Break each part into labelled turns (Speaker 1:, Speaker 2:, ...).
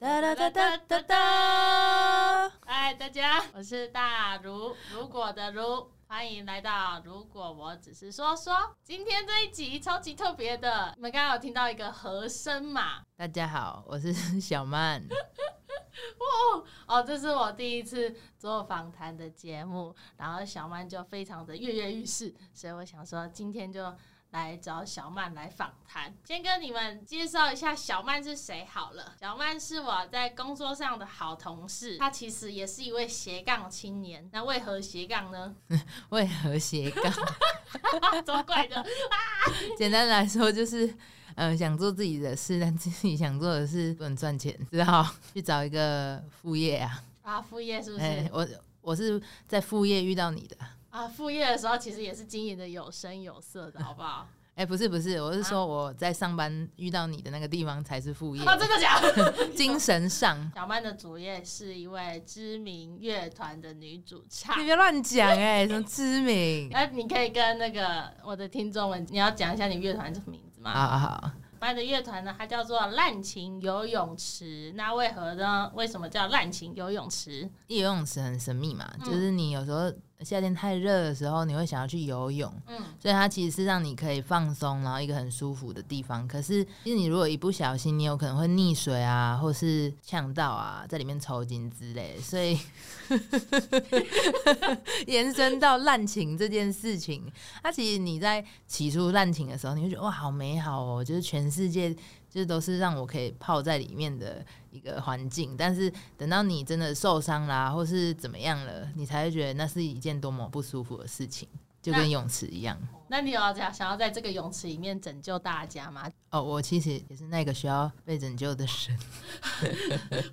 Speaker 1: 哎我是大如，如果的如，欢迎来到。如果我只是说说，今天这一集超级特别的，你们刚刚有听到一个和声嘛？
Speaker 2: 大家好，我是 小曼。
Speaker 1: 哦哦，这是我第一次做访谈的节目，然后小曼就非常的跃跃欲试，所以我想说今天就来找小曼来访谈。先跟你们介绍一下小曼是谁好了，小曼是我在工作上的好同事，她其实也是一位斜杠青年。那为何斜杠呢？
Speaker 2: 为何斜杠？
Speaker 1: 多怪的，
Speaker 2: 简单来说就是，呃，想做自己的事，但自己想做的事不能赚钱，只好去找一个副业啊。
Speaker 1: 啊，副业是不是？
Speaker 2: 哎、我我是在副业遇到你的。
Speaker 1: 啊，副业的时候其实也是经营的有声有色的，好不好？
Speaker 2: 哎、不是不是，我是说我在上班遇到你的那个地方才是副业，
Speaker 1: 啊，真的假的？
Speaker 2: 精神上。
Speaker 1: 小曼的主业是一位知名乐团的女主 唱
Speaker 2: 你。别乱讲哎，什么知名？
Speaker 1: 那你可以跟那个我的听众们，你要讲一下你乐团什么名字吗？
Speaker 2: 好好好，
Speaker 1: 班的乐团呢，它叫做滥情游泳池。那为何呢？为什么叫滥情游泳池？
Speaker 2: 游泳池很神秘嘛，
Speaker 1: 嗯
Speaker 2: 就是你有时候夏天太热的时候，你会想要去游泳，
Speaker 1: 嗯，
Speaker 2: 所以它其实是让你可以放松，然后一个很舒服的地方。可是，其实你如果一不小心，你有可能会溺水啊，或是呛到啊，在里面抽筋之类的。所以， 延伸到滥情这件事情，它其实你在起初滥情的时候，你会觉得哇，好美好哦，就是全世界就是都是让我可以泡在里面的一个环境。但是等到你真的受伤啦，或是怎么样了，你才会觉得那是一件多么不舒服的事情，就
Speaker 1: 那
Speaker 2: 跟泳池一样。
Speaker 1: 那你有要想想要在这个泳池里面拯救大家吗？
Speaker 2: 哦，我其实也是那个需要被拯救的神。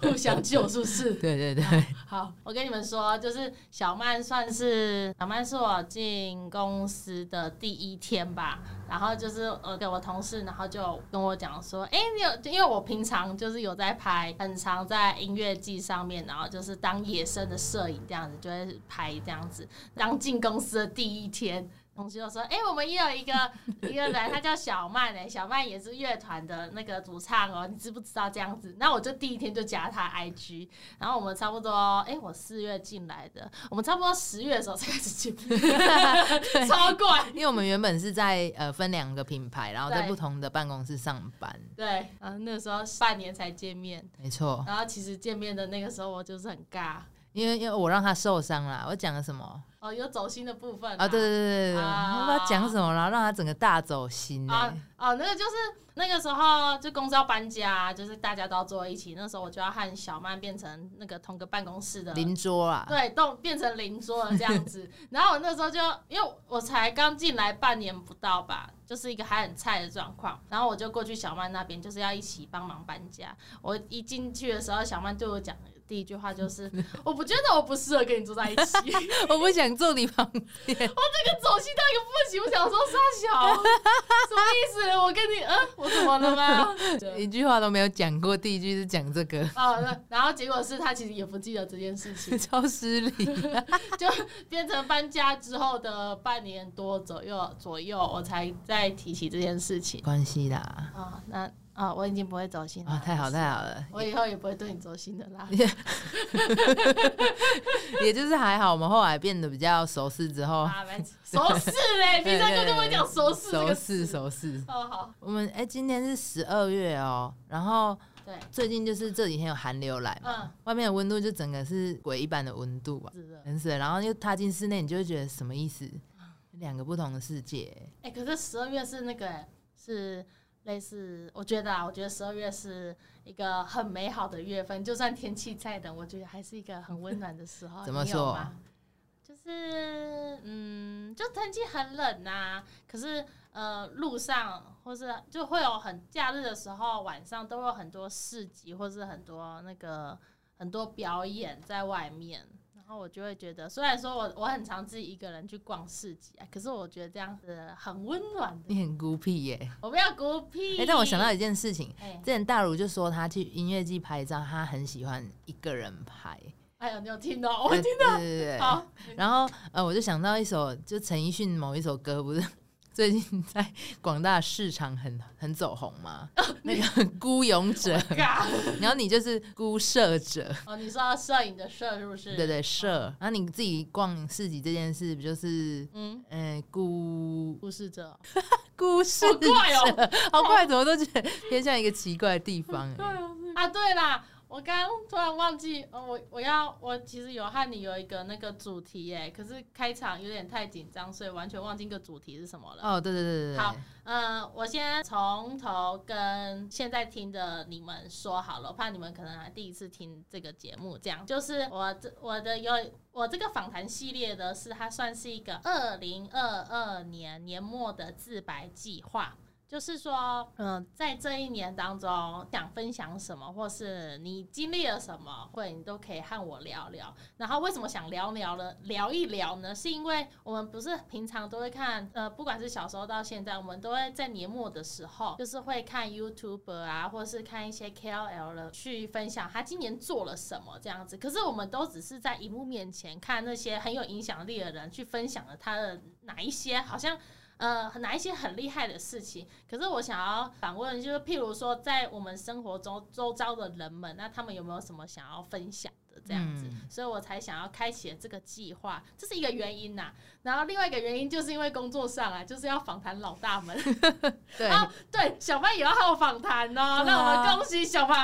Speaker 1: 互相救是不是？
Speaker 2: 对 对对，
Speaker 1: 好，我跟你们说，就是小曼算是小曼是我进公司的第一天吧，然后就是呃给我同事，然后就跟我讲说，哎、你有就因为我平常就是有在拍，很常在音乐季上面，然后就是当野生的摄影这样子，就会拍这样子。当进公司的第一天。同事就说：“哎、我们也有一个一个人，他叫小曼哎、小曼也是乐团的那个主唱哦，你知不知道这样子？”那我就第一天就加他 IG，然后我们差不多，哎、我四月进来的，我们差不多十月的时候才开始进， 超怪。
Speaker 2: 因为我们原本是在呃分两个品牌，然后在
Speaker 1: 对
Speaker 2: 不同的办公室上班。
Speaker 1: 对，然后那个时候半年才见面，
Speaker 2: 没错，
Speaker 1: 然后其实见面的那个时候我就是很尬，
Speaker 2: 因为因为我让他受伤啦，我讲了什么
Speaker 1: 哦，有走心的部分
Speaker 2: 啊？对对对对对，
Speaker 1: 啊
Speaker 2: 我不知道讲什么，然后让他整个大走心
Speaker 1: 啊
Speaker 2: 欸
Speaker 1: 哦，那个就是那个时候就公司要搬家，就是大家都要坐一起，那时候我就要和小曼变成那个同个办公室的
Speaker 2: 邻桌啊 啦。
Speaker 1: 对，动变成邻桌了这样子。然后我那时候就，因为我才刚进来半年不到吧，就是一个还很菜的状况。然后我就过去小曼那边，就是要一起帮忙搬家。我一进去的时候，小曼对我讲的第一句话就是：“我不觉得我不适合跟你坐在一起。” 我这个
Speaker 2: 我不想坐你旁边，
Speaker 1: 走心到一个不行，我想说傻小，什么意思？我跟你，嗯、我怎么了吗？
Speaker 2: 一句话都没有讲过，第一句是讲这个，
Speaker 1: 哦，那然后结果是他其实也不记得这件事 情。
Speaker 2: 超失礼。
Speaker 1: 就变成搬家之后的半年多左右左右，我才再提起这件事情哦
Speaker 2: 没关系啦，
Speaker 1: 啊、那啊、我已经不会走心了
Speaker 2: 啊，太好太好了。
Speaker 1: 我以后也不会对你走心的 啦。
Speaker 2: 也就是还好，我们后来变得比较熟识之后，
Speaker 1: 啊，没 熟识嘞，平常就跟我讲熟识这
Speaker 2: 熟
Speaker 1: 个
Speaker 2: 识
Speaker 1: 词。
Speaker 2: 熟识。
Speaker 1: 哦，好，
Speaker 2: 我们哎、今天是十二月哦，然后
Speaker 1: 对，
Speaker 2: 最近就是这几天有寒流来嘛，
Speaker 1: 嗯
Speaker 2: 外面的温度就整个是鬼一般的温度吧，
Speaker 1: 是的。
Speaker 2: 很水。然后又踏进室内，你就会觉得什么意思？两个不同的世界，
Speaker 1: 哎、可是十二月是那个、欸、是类似，我觉得啊，我觉得十二月是一个很美好的月份，就算天气再冷，我觉得还是一个很温暖的时 候。
Speaker 2: 怎么
Speaker 1: 你有
Speaker 2: 说啊
Speaker 1: 吗？就是嗯，就天气很冷呐、可是呃，路上或是就会有很假日的时候，晚上都会有很多市集，或是很多那个很多表演在外面。然后我就会觉得，虽然说我我很常自己一个人去逛市集啊，可是我觉得这样子很温暖的。
Speaker 2: 你很孤僻耶、
Speaker 1: 我不要孤 僻。
Speaker 2: 哎、但我想到一件事情，
Speaker 1: 哎，
Speaker 2: 之前大如就说他去音乐季拍照，他很喜欢一个人拍。
Speaker 1: 哎呦，你有听到？我
Speaker 2: 听到，对对对。
Speaker 1: 好，
Speaker 2: 然后呃，我就想到一首，就陈奕迅某一首歌，不是 最近在广大市场很很走红 嘛，
Speaker 1: 哦
Speaker 2: 那个孤勇者，
Speaker 1: 尬。
Speaker 2: 然后你就是孤社者，
Speaker 1: 哦，你说摄影的摄是不是？
Speaker 2: 对，对社，然后你自己逛市集这件事，不就是
Speaker 1: 嗯，
Speaker 2: 嗯、呃孤
Speaker 1: 故事者，
Speaker 2: 孤市
Speaker 1: 好
Speaker 2: 者？
Speaker 1: 怪哦。
Speaker 2: 好怪，怎么都觉得偏向一个奇怪的地方、欸。
Speaker 1: 啊， 对啦，我刚刚突然忘记，呃、我我要我其实有和你有一个那个主题耶，可是开场有点太紧张，所以完全忘记个主题是什么了。
Speaker 2: 哦，对对对对
Speaker 1: 好
Speaker 2: 对，
Speaker 1: 嗯，我先从头跟现在听的你们说好了，我怕你们可能还第一次听这个节目，这样就是我这我的有我这个访谈系列的是它算是一个二零二二年年末的自白计划。就是说，嗯，在这一年当中，想分享什么，或是你经历了什么，或者你都可以和我聊聊。然后为什么想聊聊呢？聊一聊呢？是因为我们不是平常都会看，呃，不管是小时候到现在，我们都会在年末的时候，就是会看 YouTube 啊，或是看一些 KOL 了去分享他今年做了什么这样子。可是我们都只是在荧幕面前看那些很有影响力的人去分享了他的哪一些，好像。呃，哪一些很厉害的事情？可是我想要反问，就是譬如说，在我们生活中周遭的人们，那他们有没有什么想要分享的这样子？
Speaker 2: 嗯
Speaker 1: 所以我才想要开启了这个计划，这是一个原因呐、然后另外一个原因就是因为工作上啊，就是要访谈老大们。
Speaker 2: 对，
Speaker 1: 啊， 对，小潘也要和我访谈哦，
Speaker 2: 对
Speaker 1: 那
Speaker 2: 啊
Speaker 1: 我们恭喜小 潘，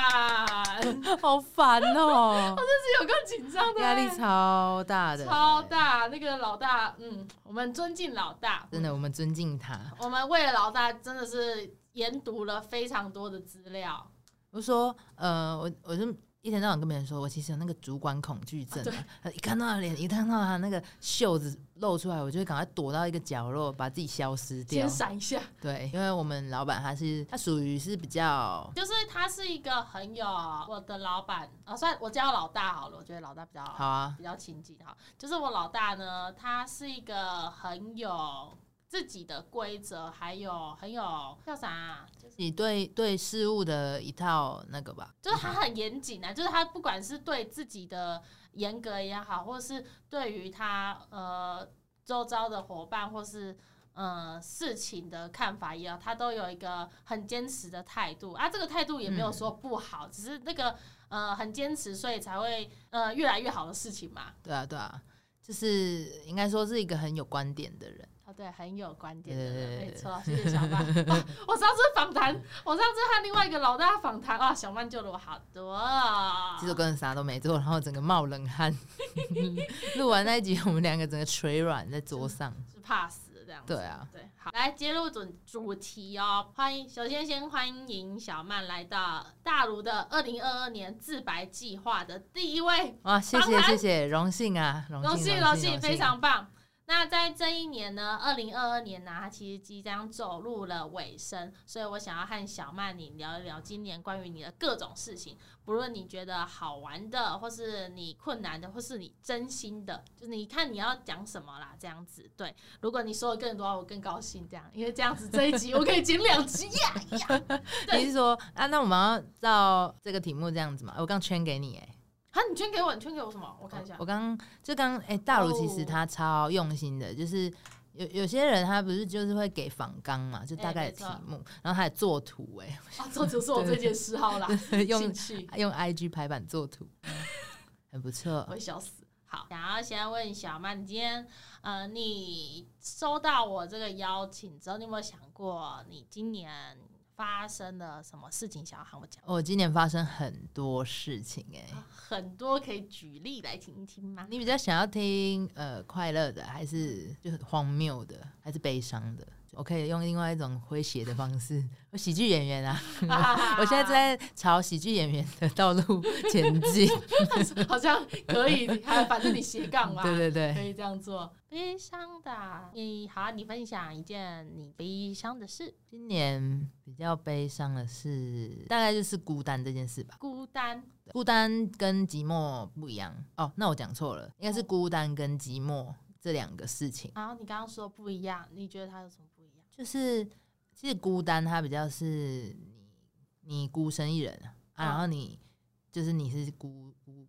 Speaker 1: 是
Speaker 2: 好烦 哦、
Speaker 1: 有够紧张的欸，
Speaker 2: 压力超大的，
Speaker 1: 超，大。那个老大，嗯，我们尊敬老大，
Speaker 2: 真的，我们尊敬他。
Speaker 1: 我们为了老大真的是研读了非常多的资料。
Speaker 2: 我说，呃，我我就一天到晚跟别人说，我其实有那个主管恐惧症、啊
Speaker 1: 啊对
Speaker 2: 一看到他脸，一看到他那个袖子露出来，我就会赶快躲到一个角落，把自己消失掉
Speaker 1: 先。闪一下，
Speaker 2: 对，因为我们老板他是他属于是比较
Speaker 1: 就是他是一个很有我的老板啊，算我叫老大好了，我觉得老大比较
Speaker 2: 好啊，
Speaker 1: 比较亲近哈。就是我老大呢，他是一个很有自己的规则，还有很有叫啥啊、就是
Speaker 2: 你对对事物的一套那个吧，嗯
Speaker 1: 就是他很严谨啊，就是他不管是对自己的严格也好，或是对于他呃周遭的伙伴或是呃事情的看法也好，他都有一个很坚持的态度啊。这个态度也没有说不好，只是那个呃很坚持，所以才会呃越来越好的事情嘛。
Speaker 2: 对啊对啊，就是应该说是一个很有观点的人。
Speaker 1: 哦，对，很有观点的
Speaker 2: 对对
Speaker 1: 人，
Speaker 2: 对
Speaker 1: 没错，谢谢小 曼。哇我上次访谈，我上次和另外一个老大访谈，哇，小曼救了我好多哦。
Speaker 2: 其实我根本啥都没做，然后整个冒冷汗。 录完那一集，我们两个整个垂软在桌上。
Speaker 1: 是怕死这样子。
Speaker 2: 对啊，
Speaker 1: 对，好，来接入主主题哦。欢迎，首先先欢迎小曼来到大卢的二零二二年自白计划的第一位，
Speaker 2: 哇，啊谢
Speaker 1: 当
Speaker 2: 谢
Speaker 1: 然
Speaker 2: 谢谢，荣幸啊，荣
Speaker 1: 荣
Speaker 2: 幸
Speaker 1: 幸
Speaker 2: 荣
Speaker 1: 荣幸，非常棒。那在这一年呢，二零二二年呢、它其实即将走入了尾声，所以我想要和小曼你聊一聊今年关于你的各种事情，不论你觉得好玩的，或是你困难的，或是你真心的，就是你看你要讲什么啦，这样子。对，如果你说的更多，我更高兴，这样，因为这样子这一集我可以剪两集 呀呀。对
Speaker 2: 你是说啊？那我们要照这个题目这样子嘛？我刚圈给你哎、
Speaker 1: 好，啊你圈给我，你圈给我什么？我看一下
Speaker 2: 我。刚就刚哎、大鲁其实
Speaker 1: 哦
Speaker 2: 他超用心的，就是有有些人他不是就是会给仿纲嘛，就大
Speaker 1: 哎
Speaker 2: 概
Speaker 1: 没
Speaker 2: 的题
Speaker 1: 错
Speaker 2: 目，然后他也作图哎、
Speaker 1: 啊，这就是我最近的嗜好啦，
Speaker 2: 用
Speaker 1: 兴趣。
Speaker 2: 用 IG 排版作 图，很不错
Speaker 1: 我。会笑死。好，想要先问小曼，你今天呃，你收到我这个邀请之后，你有没有想过你今年发生了什么事情想要和我讲？
Speaker 2: 我今年发生很多事情哎、
Speaker 1: 啊很多可以举例来听一听 吗？
Speaker 2: 你比较想要听呃快乐的，还是就是荒谬的，还是悲伤的？我可以用另外一种诙谐的方式， 我喜剧演员啊，我现在正在朝喜剧演员的道路前进。
Speaker 1: 在好像可以，还反正你斜杠 嘛，
Speaker 2: 对对
Speaker 1: 可
Speaker 2: 对，
Speaker 1: 以这样做。悲伤的，你好啊，你分享一件你悲伤的事，
Speaker 2: 今年比较悲伤的是，大概就是孤单这件事吧。
Speaker 1: 孤单。
Speaker 2: 孤单跟寂寞不一样哦，那我讲错了，应该是孤单跟寂寞这两个事情。
Speaker 1: 然后你刚刚说不一样，你觉得它有什么不一 样？
Speaker 2: 就是其实孤单，它比较是你你孤身一人啊，
Speaker 1: 嗯
Speaker 2: 然后你就是你 是孤孤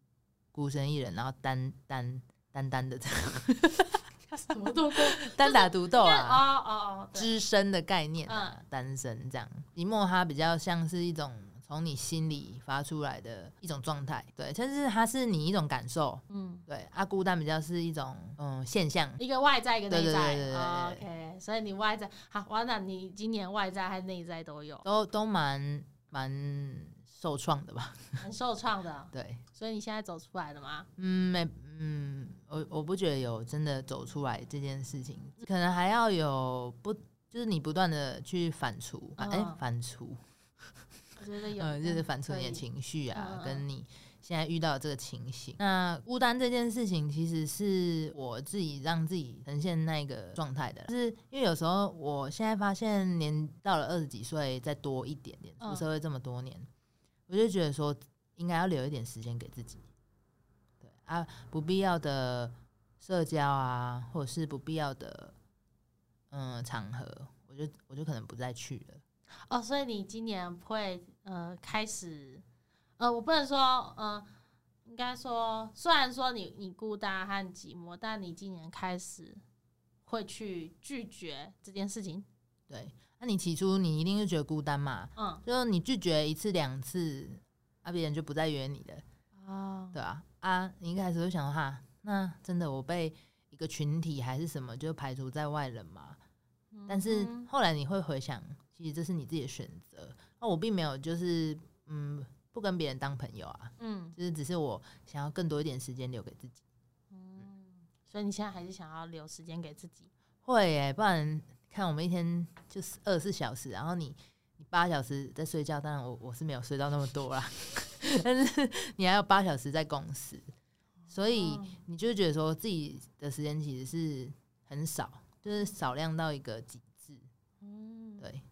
Speaker 2: 孤身一人，然后单单单单的这样，
Speaker 1: 什么 都过，
Speaker 2: 单打独斗
Speaker 1: 哦
Speaker 2: 啊。
Speaker 1: 哦哦，对
Speaker 2: 只身的概念、啊，
Speaker 1: 嗯
Speaker 2: 单身这样。寂寞它比较像是一种从你心里发出来的一种状态，对，甚至它是你一种感受，
Speaker 1: 嗯，
Speaker 2: 对。啊，孤单比较是一种嗯现象，
Speaker 1: 一个外在一个内
Speaker 2: 对对
Speaker 1: 在
Speaker 2: 对对对
Speaker 1: 哦，OK，所以你外在好，完了，你今年外在和内在都 有，
Speaker 2: 都都蛮蛮受创的吧？
Speaker 1: 很受创的，
Speaker 2: 对，
Speaker 1: 所以你现在走出来了吗？
Speaker 2: 嗯，没，嗯，我我不觉得有真的走出来这件事情，可能还要有不。就是你不断的去反刍，哎、啊哎
Speaker 1: 嗯
Speaker 2: 反刍，
Speaker 1: 我觉得有，
Speaker 2: 嗯，就是反刍
Speaker 1: 可
Speaker 2: 你的
Speaker 1: 以
Speaker 2: 情绪
Speaker 1: 嗯
Speaker 2: 啊，
Speaker 1: 嗯
Speaker 2: 跟你现在遇到的这个情形。那孤单这件事情，其实是我自己让自己呈现那个状态的，就是因为有时候我现在发现，年到了二十几岁再多一点点，
Speaker 1: 嗯
Speaker 2: 出社会这么多年，我就觉得说应该要留一点时间给自己，对啊，不必要的社交啊，或者是不必要的嗯场合，我就我就可能不再去了。
Speaker 1: 哦，所以你今年会呃开始，呃，我不能说呃，应该说，呃虽然说你你孤单和寂寞，但你今年开始会去拒绝这件事情。
Speaker 2: 对，那、你起初你一定是觉得孤单嘛，
Speaker 1: 嗯
Speaker 2: 就是你拒绝一次两次，啊，别人就不再约你了，
Speaker 1: 啊，
Speaker 2: 对吧、啊？你一开始就想说哈，那真的我被一个群体还是什么就排除在外了嘛？但是
Speaker 1: 嗯
Speaker 2: 后来你会回想，其实这是你自己的选择。那、我并没有就是嗯不跟别人当朋友啊，
Speaker 1: 嗯
Speaker 2: 就是只是我想要更多一点时间留给自己。
Speaker 1: 嗯，所以你现在还是想要留时间给自己。
Speaker 2: 会耶、不然看我们一天就是二十四小时，然后你你八小时在睡觉，当然我我是没有睡到那么多啦， 但是你还有八小时在公司，所以
Speaker 1: 嗯
Speaker 2: 你就会觉得说自己的时间其实是很少，就是少量到一个极致。
Speaker 1: 嗯，
Speaker 2: 对，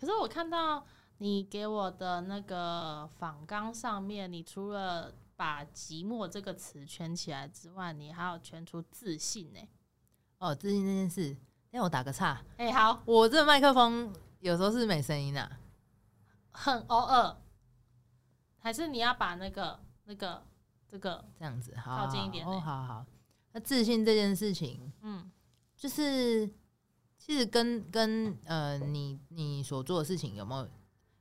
Speaker 1: 可是我看到你给我的那个访纲上面，你除了把“寂寞”这个词圈起来之外，你还有圈出自信呢、
Speaker 2: 哦，最近这件事，让我打个岔，
Speaker 1: 哎、好，
Speaker 2: 我这麦克风有时候是没声音啊，
Speaker 1: 很偶尔，还是你要把那个、那个、这个，
Speaker 2: 这样子，好好
Speaker 1: 靠近一
Speaker 2: 好
Speaker 1: 点
Speaker 2: 哦，
Speaker 1: 欸
Speaker 2: 好好好。那自信这件事情，
Speaker 1: 嗯
Speaker 2: 就是其实跟跟呃你你所做的事情有没有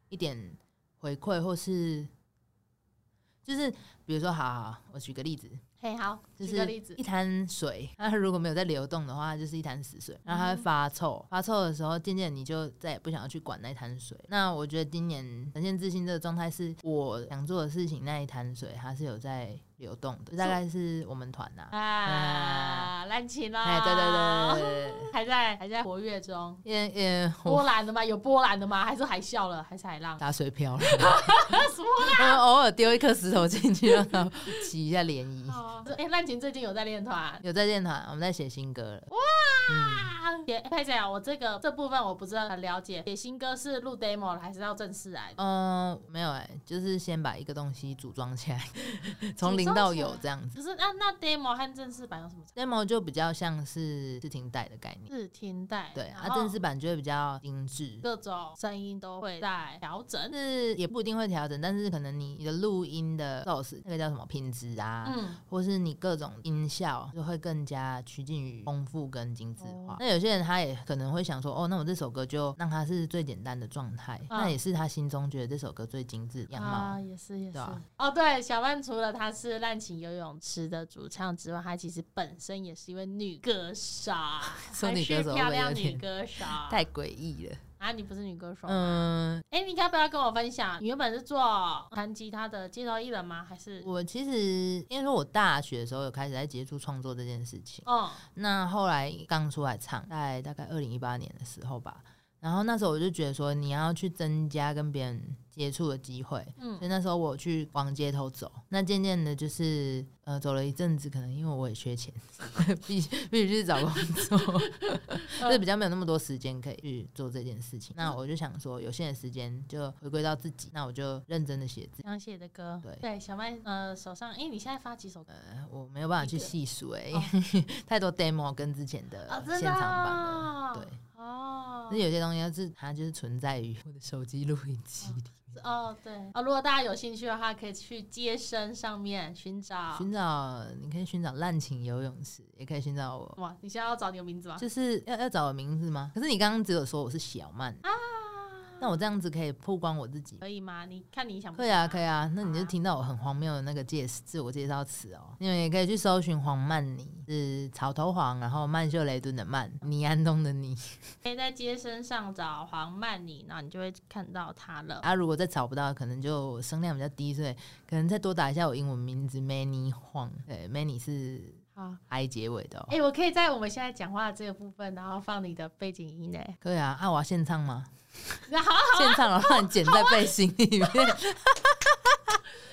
Speaker 2: 一点回馈，或是就是比如说，好好，好我举个例子，
Speaker 1: 嘿，好，
Speaker 2: 就
Speaker 1: 举个
Speaker 2: 是
Speaker 1: 例子
Speaker 2: 一，滩水， 它如果没有在流动的话，它就是一滩死水，然
Speaker 1: 嗯
Speaker 2: 后它会发臭，发臭的时候，渐渐你就再也不想要去管那滩水。那我觉得今年呈现自信这个状态，是我想做的事情那一滩水，它是有在流动的，大概是我们团呐、啊，
Speaker 1: 啊，滥情啦，
Speaker 2: 哎、对对对对对对哦对。
Speaker 1: 还在还在活跃中，
Speaker 2: 也也我
Speaker 1: 波澜的吗？有波澜的吗？还是海啸了？还是海浪？啊
Speaker 2: 打水漂了，
Speaker 1: 什么？
Speaker 2: 我们偶尔丢一颗石头进去，让它起一下涟漪。
Speaker 1: 哦哎，滥情最近有在练团。
Speaker 2: 有在练团，我们在写新歌了。哇！嗯、
Speaker 1: 啊，也拍谁啊？我这个这部分我不是很了解。写新歌是录 demo 了还是要正式来的？
Speaker 2: 呃没有哎、就是先把一个东西组装起来，从零
Speaker 1: 组装
Speaker 2: 到
Speaker 1: 起来
Speaker 2: 有这样子。
Speaker 1: 可是那那 demo 和正式版有什么差？
Speaker 2: demo 就比较像是试听带的概念，
Speaker 1: 是听带
Speaker 2: 对
Speaker 1: 然
Speaker 2: 啊，
Speaker 1: 后
Speaker 2: 正式版就会比较精致，
Speaker 1: 各种声音都会在调整。
Speaker 2: 是也不一定会调整，但是可能你的录音的 source 那个叫什么品质啊，
Speaker 1: 嗯，
Speaker 2: 或是你各种音效就会更加趋近于丰富跟精致化。
Speaker 1: 哦
Speaker 2: 那有些人他也可能会想说，哦，那我这首歌就让它是最简单的状态，那也是他心中觉得这首歌最精致的样貌。
Speaker 1: 嗯啊，也是也是。
Speaker 2: 对啊
Speaker 1: 哦，对，小曼除了她是滥情游泳池的主唱之外，她其实本身也是一位女歌手，
Speaker 2: 说女歌手会不会
Speaker 1: 还是漂亮
Speaker 2: 有
Speaker 1: 女
Speaker 2: 点
Speaker 1: 歌手。
Speaker 2: 太诡异了，
Speaker 1: 啊，你不是女歌手吗？
Speaker 2: 嗯，
Speaker 1: 哎、你该不要跟我分享，你原本是做弹吉他的街头艺人吗？还是？
Speaker 2: 我其实因为说我大学的时候有开始在接触创作这件事情，
Speaker 1: 哦，
Speaker 2: 那后来刚出来唱，在大概二零一八年的时候吧，然后那时候我就觉得说，你要去增加跟别人接触的机会，
Speaker 1: 嗯
Speaker 2: 所以那时候我去往街头走，那渐渐的，就是呃，走了一阵子，可能因为我也缺钱， 必必须去找工作，就是比较没有那么多时间可以去做这件事情。那我就想说，有限的时间就回归到自己，那我就认真的写字。
Speaker 1: 想写的歌，
Speaker 2: 对
Speaker 1: 小麦，呃，手上，哎、你现在发几首歌？
Speaker 2: 呃，我没有办法去
Speaker 1: 一个
Speaker 2: 细数哎
Speaker 1: 哦，
Speaker 2: 太多 demo 跟之前的
Speaker 1: 啊，真
Speaker 2: 呃现
Speaker 1: 的
Speaker 2: 场版的，
Speaker 1: 啊、
Speaker 2: 对。
Speaker 1: 哦
Speaker 2: 但，是有些东西它是它就是存在于我的手机录音机里面，
Speaker 1: 哦，对啊、如果大家有兴趣的话，可以去街声上面寻找。
Speaker 2: 寻找你可以寻找滥情游泳池，也可以寻找我，
Speaker 1: 哇，你现在要找你的名字吗？
Speaker 2: 就是要要找我名字吗？可是你刚刚只有说我是小曼，
Speaker 1: 啊
Speaker 2: 那我这样子可以曝光我自己吗。
Speaker 1: 可以吗？你看你想不
Speaker 2: 可以啊，
Speaker 1: 想
Speaker 2: 可以啊，那你就
Speaker 1: 啊
Speaker 2: 听到我很荒谬的那个介自我介绍词哦。你们也可以去搜寻黄曼妮，是草头黄，然后曼秀雷敦的曼，倪安东的倪。
Speaker 1: 可以在街身上找黄曼妮，然后你就会看到她了。
Speaker 2: 啊，如果再找不到，可能就声量比较低，所以可能再多打一下我英文名字 Manny 黄，对，Manny 是
Speaker 1: 好，
Speaker 2: I 结尾的、哦。
Speaker 1: 哎、我可以在我们现在讲话的这个部分，然后放你的背景音呢。
Speaker 2: 可以啊，啊，我要现唱吗？
Speaker 1: 那 好，啊
Speaker 2: 现唱然后让你剪在背心里面，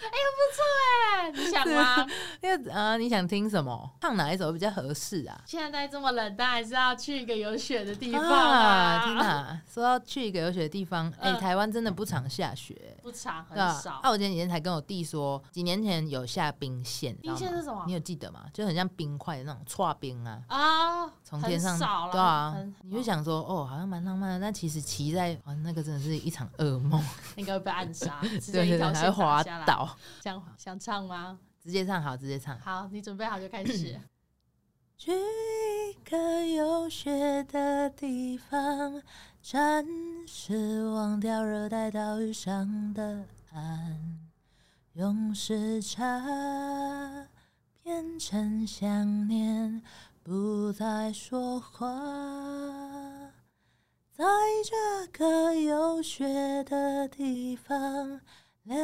Speaker 1: 哎，你想吗？
Speaker 2: 因为啊，你想听什么？唱哪一首比较合适啊？
Speaker 1: 现在这么冷，当然是要去一个有雪的地方
Speaker 2: 啊！天
Speaker 1: 啊
Speaker 2: 哪，说到去一个有雪的地方，哎、
Speaker 1: 嗯
Speaker 2: 台湾真的不常下雪、
Speaker 1: 不长，很
Speaker 2: 对啊
Speaker 1: 少。
Speaker 2: 啊，我前几天才跟我弟说，几年前有下冰线，
Speaker 1: 冰线
Speaker 2: 你知
Speaker 1: 是
Speaker 2: 道吗
Speaker 1: 什么
Speaker 2: 你有记得吗？就很像冰块的那种搓冰啊，
Speaker 1: 啊，
Speaker 2: 从天上
Speaker 1: 很少了，
Speaker 2: 对啊
Speaker 1: 很，
Speaker 2: 你就想说哦，好像蛮浪漫的，但其实骑在哇，那个真的是一场噩梦，
Speaker 1: 应该会被 暗杀，直接
Speaker 2: 对
Speaker 1: 一
Speaker 2: 对
Speaker 1: 条
Speaker 2: 对，还会
Speaker 1: 线
Speaker 2: 滑
Speaker 1: 打下来。
Speaker 2: 倒。
Speaker 1: 想想唱吗？
Speaker 2: 直接唱好，直接唱。
Speaker 1: 好，你准备好就开 始。
Speaker 2: 去一个有雪的地方，暂时忘掉热带岛屿上的岸，用时差变成想念，不再说话。在这个有雪的地方，凉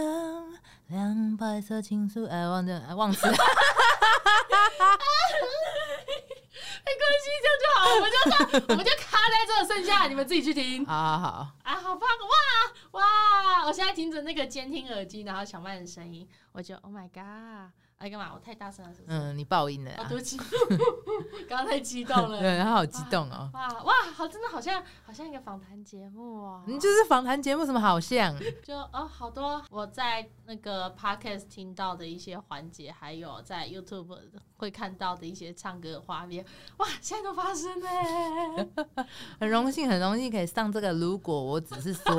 Speaker 2: 凉白色情书，哎，忘记了哎忘词了。
Speaker 1: 没哎关系，这样就好，我们 就这样，我们就卡在这，剩下你们自己去听。
Speaker 2: 好好好。
Speaker 1: 啊，好棒！哇哇！我现在听着那个监听耳机，然后小曼的声音，我就 Oh my God！哎，干嘛？我太大声了，是不是？
Speaker 2: 嗯，你爆音了啊！
Speaker 1: 啊，对不起， 刚刚太激动了。
Speaker 2: 对，他好激动哦。
Speaker 1: 哇哇，好，真的好像好像一个访谈节目哦。
Speaker 2: 你就是访谈节目什么好像？
Speaker 1: 就哦，好多我在那个 podcast 听到的一些环节，还有在 YouTube 会看到的一些唱歌的画面，哇，现在都发 生嘞、
Speaker 2: 很荣幸，很荣幸可以上这个。如果我只是 说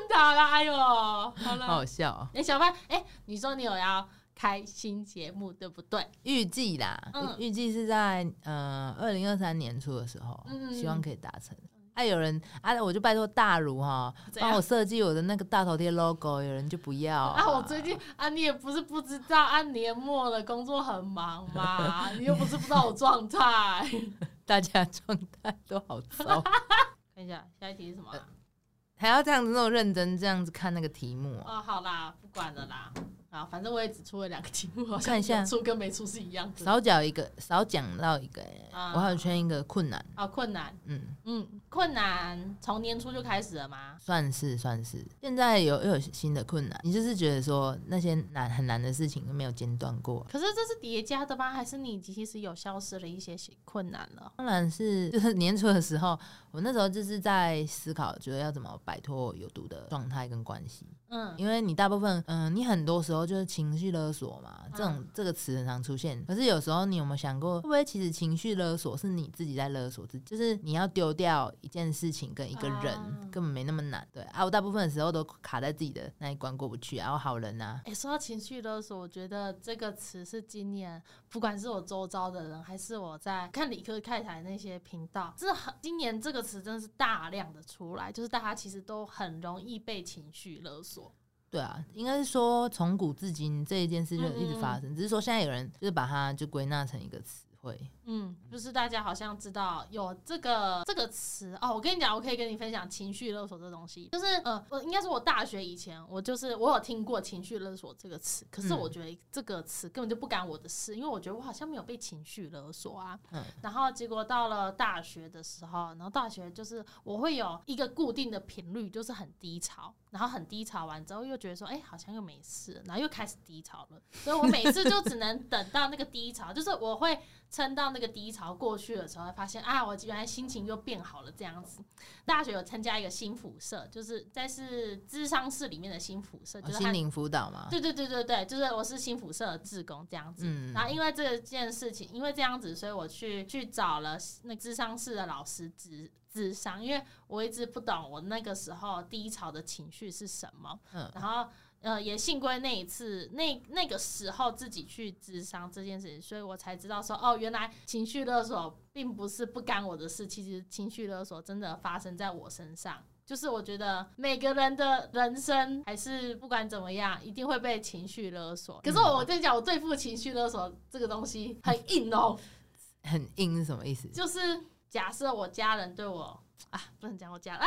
Speaker 1: 问到啦，哎呦，好
Speaker 2: 好
Speaker 1: 了，
Speaker 2: 好笑哦，
Speaker 1: 哎、小范，哎、你说你有要开新节目对不对？
Speaker 2: 预计啦
Speaker 1: 嗯，
Speaker 2: 预计是在呃二零二三年初的时候
Speaker 1: 嗯，
Speaker 2: 希望可以达成。哎，有人哎，我就拜托大如哈，
Speaker 1: 怎样
Speaker 2: 帮我设计我的那个大头贴 logo，有人就不要
Speaker 1: 啊，我最近啊，你也不是不知道，啊，年末了，工作很忙嘛， 你又不是不知道我状态。
Speaker 2: 大家状态都好糟，
Speaker 1: 看一下下一题是什么
Speaker 2: 哎
Speaker 1: 啊、
Speaker 2: 还要这样子那么认真这样子看那个题目哦。
Speaker 1: 哦，好啦，不管了啦。啊，反正我也只出了两个题目，好像
Speaker 2: 看一下
Speaker 1: 有出跟没出是一样的。
Speaker 2: 少讲一个，少讲到一个，哎
Speaker 1: 啊
Speaker 2: 我还有圈一个困难，
Speaker 1: 啊，困难，
Speaker 2: 嗯。
Speaker 1: 嗯，困难从年初就开始了吗？
Speaker 2: 算是算是，现在有又有新的困难，你就是觉得说那些难很难的事情没有间断过。
Speaker 1: 可是这是叠加的吗？还是你其实有消失了一些困难了？
Speaker 2: 当然是 就是年初的时候，我那时候就是在思考，觉得要怎么摆脱有毒的状态跟关系，
Speaker 1: 嗯，
Speaker 2: 因为你大部分嗯、你很多时候就是情绪勒索嘛，这种、这个词很常出现。可是有时候你有没有想过，会不会其实情绪勒索是你自己在勒索自己？就是你要丢掉一件事情跟一个人，
Speaker 1: 啊
Speaker 2: 根本没那么难。对啊，我大部分的时候都卡在自己的那一关过不去，然后好人啊，
Speaker 1: 哎、说到情绪勒索，我觉得这个词是今年不管是我周遭的人，还是我在看理科开台那些频道，这很今年这个词真的是大量的出来，就是大家其实都很容易被情绪勒索。
Speaker 2: 对啊，应该是说从古至今这一件事就
Speaker 1: 嗯
Speaker 2: 一直发生，只是说现在有人就是把它就归纳成一个词汇。
Speaker 1: 嗯，就是大家好像知道有这个这个词哦。我跟你讲，我可以跟你分享情绪勒索这东西，就是呃，我应该是我大学以前，我就是我有听过情绪勒索这个词，可是
Speaker 2: 嗯
Speaker 1: 我觉得这个词根本就不干我的事，因为我觉得我好像没有被情绪勒索啊。
Speaker 2: 嗯
Speaker 1: 然后结果到了大学的时候，然后大学就是我会有一个固定的频率，就是很低潮，然后很低潮完之后又觉得说，哎、好像又没事，然后又开始低潮了，所以我每次就只能等到那个低潮，就是我会撑到那个低潮过去的时候，发现啊，我原来心情又变好了这样子。大学有参加一个心辅社，就是在是智商室里面的心辅社，
Speaker 2: 哦
Speaker 1: 就是
Speaker 2: 心
Speaker 1: 他
Speaker 2: 灵辅导嘛，
Speaker 1: 对对对对对，就是我是新辐社的志工这样子。
Speaker 2: 嗯
Speaker 1: 然后因为这件事情，因为这样子，所以我去去找了那智商室的老师智智商，因为我一直不懂我那个时候低潮的情绪是什么。
Speaker 2: 嗯
Speaker 1: 然后呃，也幸亏那一次那那个时候自己去智商这件事情，所以我才知道说哦，原来情绪勒索并不是不干我的事，其实情绪勒索真的发生在我身上。就是我觉得每个人的人生还是不管怎么样，一定会被情绪勒索。可是
Speaker 2: 嗯
Speaker 1: 我我跟你讲，我对付情绪勒索这个东西很硬哦，
Speaker 2: 很硬是什么意 思？
Speaker 1: 就是假设我家人对我啊，不能讲我家人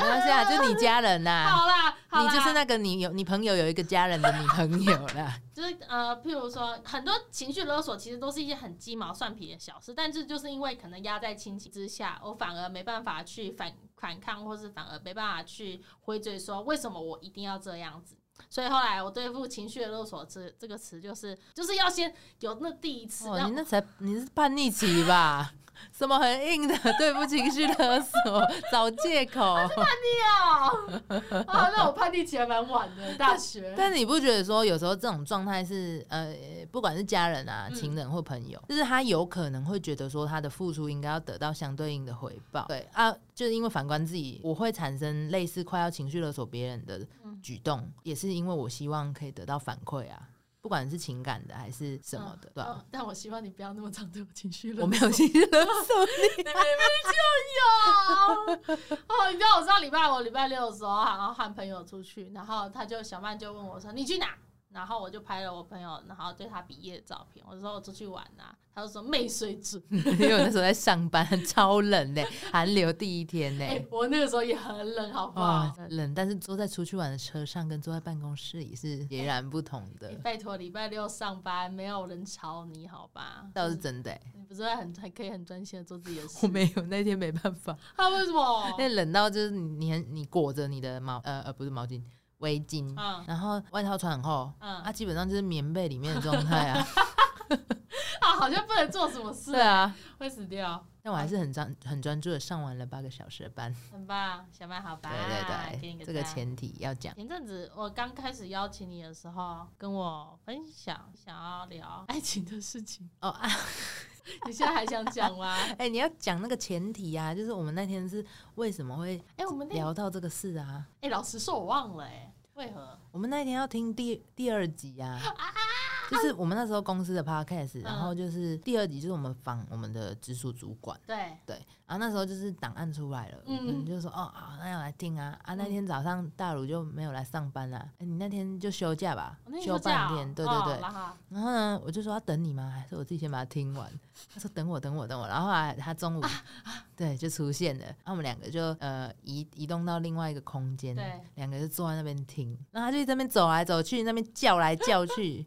Speaker 2: 没关系啊，就你家人
Speaker 1: 啊，
Speaker 2: 呐、
Speaker 1: 好啦，好啦，
Speaker 2: 你就是那个你有你朋友有一个家人的女朋友 啦，
Speaker 1: 就是呃，譬如说，很多情绪勒索其实都是一些很鸡毛蒜皮的小事，但这就是因为可能压在亲情之下，我反而没办法去反反抗，或是反而没办法去回嘴说为什么我一定要这样子。所以后来我对付情绪的勒索这这个词，就是就是要先有那第一次，
Speaker 2: 哦，
Speaker 1: 让
Speaker 2: 你那才你是叛逆期吧？ 什么很硬的，对不情绪勒索，找借口。
Speaker 1: 掉 啊，那我叛逆期还蛮晚的，大学。
Speaker 2: 但你不觉得说有时候这种状态是呃，不管是家人啊、
Speaker 1: 嗯
Speaker 2: 情人或朋友，就是他有可能会觉得说他的付出应该要得到相对应的回报。对啊，就是因为反观自己，我会产生类似快要情绪勒索别人的
Speaker 1: 嗯
Speaker 2: 举动，也是因为我希望可以得到反馈啊，不管是情感的还是什么的，对吧、
Speaker 1: 嗯但我希望你不要那么常对我情绪勒 索。
Speaker 2: 我没有情绪勒索你，
Speaker 1: 明明就有。哦，你知道我上礼拜我礼拜六的时候，然后和朋友出去，然后他就小曼就问我说：“你去哪？”然后我就拍了我朋友，然后对他毕业的照片。我就说我出去玩啊，他就说没水准。
Speaker 2: 因为我那时候在上班，超冷呢、寒流第一天呢、
Speaker 1: 哎、我那个时候也很冷，好不好
Speaker 2: 哇？，冷！但是坐在出去玩的车上跟坐在办公室里是截然不同的
Speaker 1: 你，拜托，礼拜六上班没有人吵你，好吧？
Speaker 2: 倒是真的欸、
Speaker 1: 你不是会很还可以很专心的做自己的
Speaker 2: 我
Speaker 1: 事？
Speaker 2: 没有那天没办法，
Speaker 1: 他为什么？
Speaker 2: 那冷到就是你你很你裹着你的毛呃呃不是毛巾围巾，
Speaker 1: 嗯
Speaker 2: 然后外套穿很厚，
Speaker 1: 嗯
Speaker 2: 啊基本上就是棉被里面的状态 啊，
Speaker 1: 啊，好像不能做什么事
Speaker 2: 对，啊，
Speaker 1: 会死掉。
Speaker 2: 但我还是很专很专注的上完了八个小时的班，
Speaker 1: 很棒，小曼好吧？
Speaker 2: 对对
Speaker 1: 给你
Speaker 2: 对，这
Speaker 1: 个
Speaker 2: 个
Speaker 1: 赞
Speaker 2: 前提要讲。
Speaker 1: 前阵子我刚开始邀请你的时候，跟我分享想要聊爱情的事情，
Speaker 2: 哦啊，
Speaker 1: 你现在还想讲吗？
Speaker 2: 哎、你要讲那个前提啊，就是我们那天是为什么会
Speaker 1: 哎、我们那哎、
Speaker 2: 聊到这个事啊？
Speaker 1: 老实说，我忘了哎、为何？
Speaker 2: 我们那天要听第第二集啊，嗯就是我们那时候公司的 podcast，然后就是第二集就是我们访我们的直属主管，
Speaker 1: 对，
Speaker 2: 对，然后那时候就是档案出来了，嗯，
Speaker 1: 嗯
Speaker 2: 就说哦好，那要来听啊啊！那天早上大鲁就没有来上班啦、哎你那天就休假吧
Speaker 1: 我那，天
Speaker 2: 休
Speaker 1: 休假
Speaker 2: 半
Speaker 1: 哦
Speaker 2: 天，对对对。
Speaker 1: 哦然后
Speaker 2: 然后呢，我就说要等你吗？还是我自己先把它听完？ 他说等我，等我，等我。然后后来他中午、
Speaker 1: 啊
Speaker 2: 对就出现了，然后我们两个就呃移移动到另外一个空间
Speaker 1: 对，
Speaker 2: 两个就坐在那边听。然后他就在那边走来走去，那边叫来叫 去。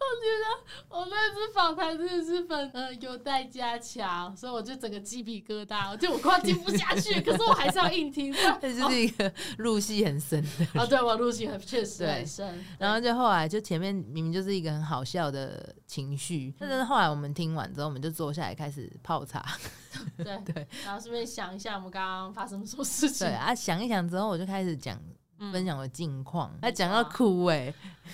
Speaker 1: 我那次访谈真的是很呃有待加强，所以我就整个鸡皮疙瘩，就我快要听不下去，可是我还是要硬听。啊，
Speaker 2: 这就是一个入戏很深的。
Speaker 1: 对，我入戏很确实
Speaker 2: 对
Speaker 1: 很深。
Speaker 2: 然后就后来就前面明明就是一个很好笑的情绪，但
Speaker 1: 嗯
Speaker 2: 是后来我们听完之后，我们就坐下来开始泡茶。
Speaker 1: 对对，然后顺便想一下我们刚刚发生什么事情
Speaker 2: 对。啊，想一想之后，我就开始讲
Speaker 1: 嗯
Speaker 2: 分享我的近况，
Speaker 1: 没
Speaker 2: 他讲到
Speaker 1: 错
Speaker 2: 哭哎、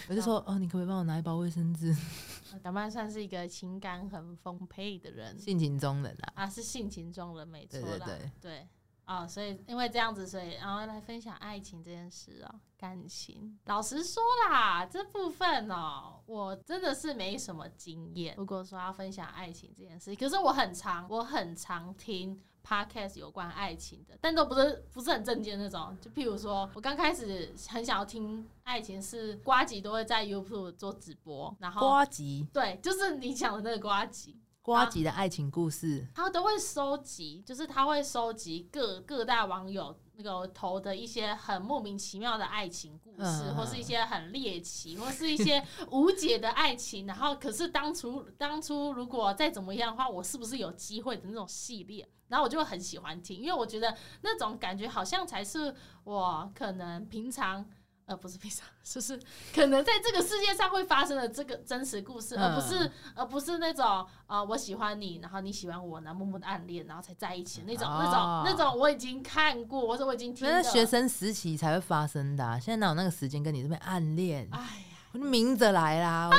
Speaker 2: 我就说哦，你可不可以帮我拿一包卫生纸？
Speaker 1: 小曼呃算是一个情感很丰沛的人
Speaker 2: 性情中人啊，
Speaker 1: 啊，是性情中人，没错
Speaker 2: 对对
Speaker 1: 啦，
Speaker 2: 对
Speaker 1: 对啊、所以因为这样子，所以然后来分享爱情这件事哦，感情。老实说啦，这部分哦，我真的是没什么经验。如果说要分享爱情这件事，可是我很常，我很常听。podcast 有关爱情的，但都不是不是很正经的那种。就譬如说，我刚开始很想要听爱情，是瓜吉都会在 YouTube 做直播，然后
Speaker 2: 瓜吉，
Speaker 1: 对，就是你讲的那个瓜吉，
Speaker 2: 瓜吉
Speaker 1: 啊
Speaker 2: 的爱情故事，
Speaker 1: 他都会收集，就是他会收集各各大网友那个投的一些很莫名其妙的爱情故事，
Speaker 2: 嗯
Speaker 1: 或是一些很猎奇，或是一 些无解的爱情。然后，可是当初当初如果再怎么样的话，我是不是有机会的那种系列？然后我就很喜欢听，因为我觉得那种感觉好像才是我可能平常。 呃，不是披萨，就是可能在这个世界上会发生的这个真实故事，
Speaker 2: 嗯
Speaker 1: 而不是而不是那种呃我喜欢你，然后你喜欢我，然后默默的暗恋，然后才在一起那种、
Speaker 2: 哦
Speaker 1: 那种那种我已经看过，或者我已经听
Speaker 2: 那
Speaker 1: 了。
Speaker 2: 是学生时期才会发生的、啊，现在哪有那个时间跟你这边暗恋？
Speaker 1: 哎呀，
Speaker 2: 我就明着来啦。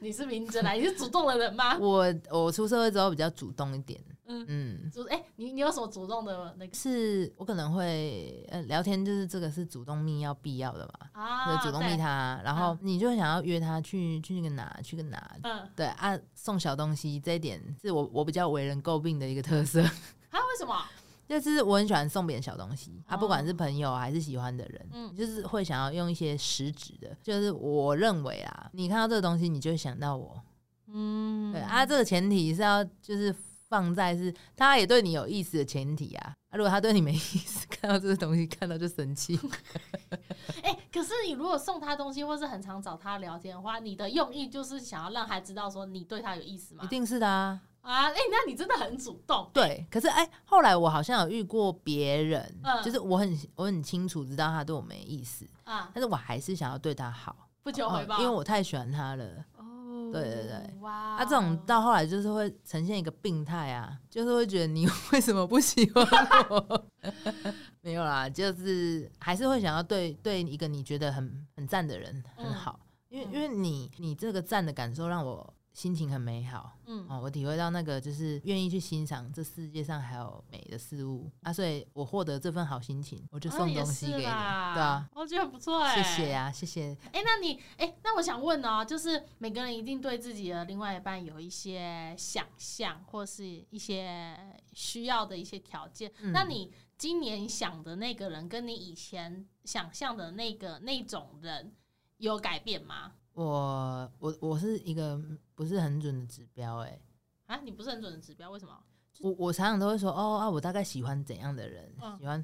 Speaker 1: 你是明着来，你是主动的人吗？
Speaker 2: 我我出社会之后比较主动一点，
Speaker 1: 嗯
Speaker 2: 嗯，
Speaker 1: 主哎、你你有什么主动的那个
Speaker 2: 是我可能会呃聊天，就是这个是主动密要必要的嘛，
Speaker 1: 啊？
Speaker 2: 就主动密
Speaker 1: 对，
Speaker 2: 他，然后你就会想要约他去去那个哪去个哪。
Speaker 1: 嗯，
Speaker 2: 对啊，送小东西这一点是我我比较为人诟病的一个特色，
Speaker 1: 他、啊为什么？
Speaker 2: 就是我很喜欢送别人小东西啊，
Speaker 1: 哦
Speaker 2: 不管是朋友还是喜欢的人，
Speaker 1: 嗯
Speaker 2: 就是会想要用一些实质的，就是我认为啊，你看到这个东西，你就会想到我，
Speaker 1: 嗯，
Speaker 2: 对啊，这个前提是要就是放在是他也对你有意思的前提啊。啊如果他对你没意思， 看到这个东西看到就生 气，
Speaker 1: 哎、可是你如果送他东西，或是很常找他聊天的话，你的用意就是想要让他知道说你对他有意思
Speaker 2: 一
Speaker 1: 嘛？
Speaker 2: 定是的啊。
Speaker 1: 啊，哎、那你真的很主动，
Speaker 2: 对，可是哎、后来我好像有遇过别人，
Speaker 1: 嗯
Speaker 2: 就是我很我很清楚知道他对我没意思，
Speaker 1: 啊，
Speaker 2: 但是我还是想要对他好，
Speaker 1: 不求回报，
Speaker 2: 嗯因为我太喜欢他了。
Speaker 1: 哦
Speaker 2: 对对对，
Speaker 1: 哇哦
Speaker 2: 啊，这种到后来就是会呈现一个病态啊，就是会觉得你为什么不喜欢我？没有啦， 就是还是会想要对对一个你觉得很很赞的人很好，
Speaker 1: 嗯
Speaker 2: 因为因为你你这个赞的感受让我心情很美好
Speaker 1: 嗯
Speaker 2: 哦，我体会到那个就是愿意去欣赏这世界上还有美的事物啊，所以我获得这份好心情，我就送东西给你，对啊，，
Speaker 1: 哦哦也是啦我觉得很不错哎、
Speaker 2: 谢谢啊，谢谢，
Speaker 1: 哎、那你哎、那我想问哦，就是每个人一定对自己的另外一半有一些想象，或是一些需要的一些条件。
Speaker 2: 嗯
Speaker 1: 那你今年想的那个人，跟你以前想象的那个那种人有改变吗？
Speaker 2: 我我我是一个不是很准的指标哎、
Speaker 1: 啊，你不是很准的指标，为什么？
Speaker 2: 我我常常都会说哦啊，我大概喜欢怎样的人，
Speaker 1: 嗯
Speaker 2: 喜欢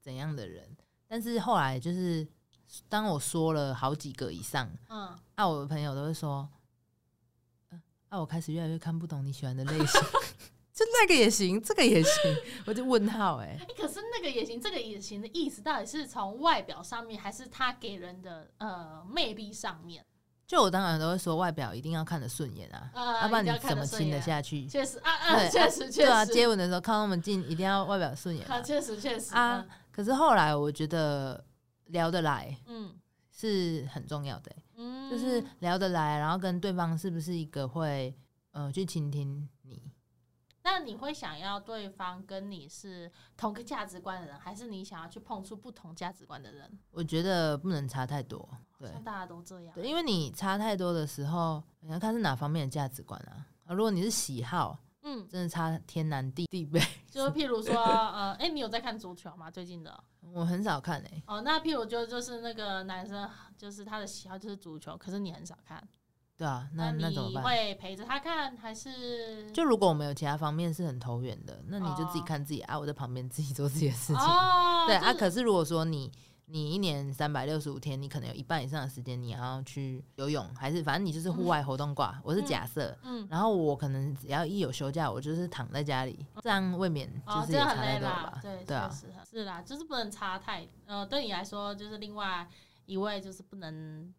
Speaker 2: 怎样的人。但是后来就是，当我说了好几个以上，
Speaker 1: 嗯，
Speaker 2: 啊，我的朋友都会说，呃啊，我开始越来越看不懂你喜欢的类型， 就那个也行，这个也行，我就问号哎、
Speaker 1: 哎、可是那个也行，这个也行的意思到底是从外表上面，还是他给人的呃魅力上面？
Speaker 2: 就我当然都会说，外表一定要看得顺眼啊，要、
Speaker 1: 呃，
Speaker 2: 不然
Speaker 1: 一定
Speaker 2: 你
Speaker 1: 要看
Speaker 2: 怎么
Speaker 1: 得顺
Speaker 2: 亲得
Speaker 1: 眼？
Speaker 2: 下去？
Speaker 1: 确实啊啊，
Speaker 2: 对
Speaker 1: 确实确
Speaker 2: 对啊，
Speaker 1: 实，
Speaker 2: 接吻的时候靠那么近，一定要外表顺眼
Speaker 1: 啊，
Speaker 2: 啊。
Speaker 1: 确实确实
Speaker 2: 啊，可是后来我觉得聊得来
Speaker 1: 嗯
Speaker 2: 是很重要的欸、
Speaker 1: 嗯，
Speaker 2: 就是聊得来，然后跟对方是不是一个会呃去倾听你？
Speaker 1: 那你会想要对方跟你是同个价值观的人，还是你想要去碰触不同价值观的人？
Speaker 2: 我觉得不能差太多，对
Speaker 1: 像大家都这样，
Speaker 2: 对，因为你差太多的时候，你要看是哪方面的价值观啊。啊如果你是喜好，
Speaker 1: 嗯，
Speaker 2: 真的差天南地地北。
Speaker 1: 就是譬如说，呃，哎、你有在看足球吗？最近的
Speaker 2: 我很少看诶、欸
Speaker 1: 哦，那譬如就就是那个男生，就是他的喜好就是足球，可是你很少看，
Speaker 2: 对啊，那那怎么
Speaker 1: 你
Speaker 2: 办？
Speaker 1: 会陪着他看，还是
Speaker 2: 就如果我们有其他方面是很投缘的，那你就自己
Speaker 1: 哦
Speaker 2: 看自己、啊，我在旁边自己做自己的事情。
Speaker 1: 哦，
Speaker 2: 对
Speaker 1: 就
Speaker 2: 啊，
Speaker 1: 是
Speaker 2: 可是如果说你你一年三百六十五天，你可能有一半以上的时间你要去游泳，还是反正你就是户外活动挂。我是假设，
Speaker 1: 嗯，
Speaker 2: 然后我可能只要一有休假，我就是躺在家里，这样未免
Speaker 1: 哦
Speaker 2: 就，是
Speaker 1: 这
Speaker 2: 也
Speaker 1: 样
Speaker 2: 差
Speaker 1: 很
Speaker 2: 太
Speaker 1: 累
Speaker 2: 多了
Speaker 1: 啦
Speaker 2: 吧，？
Speaker 1: 对，
Speaker 2: 对
Speaker 1: 确
Speaker 2: 啊，
Speaker 1: 实很是啦，就是不能差太，呃，对你来说就是另外一位就是不能，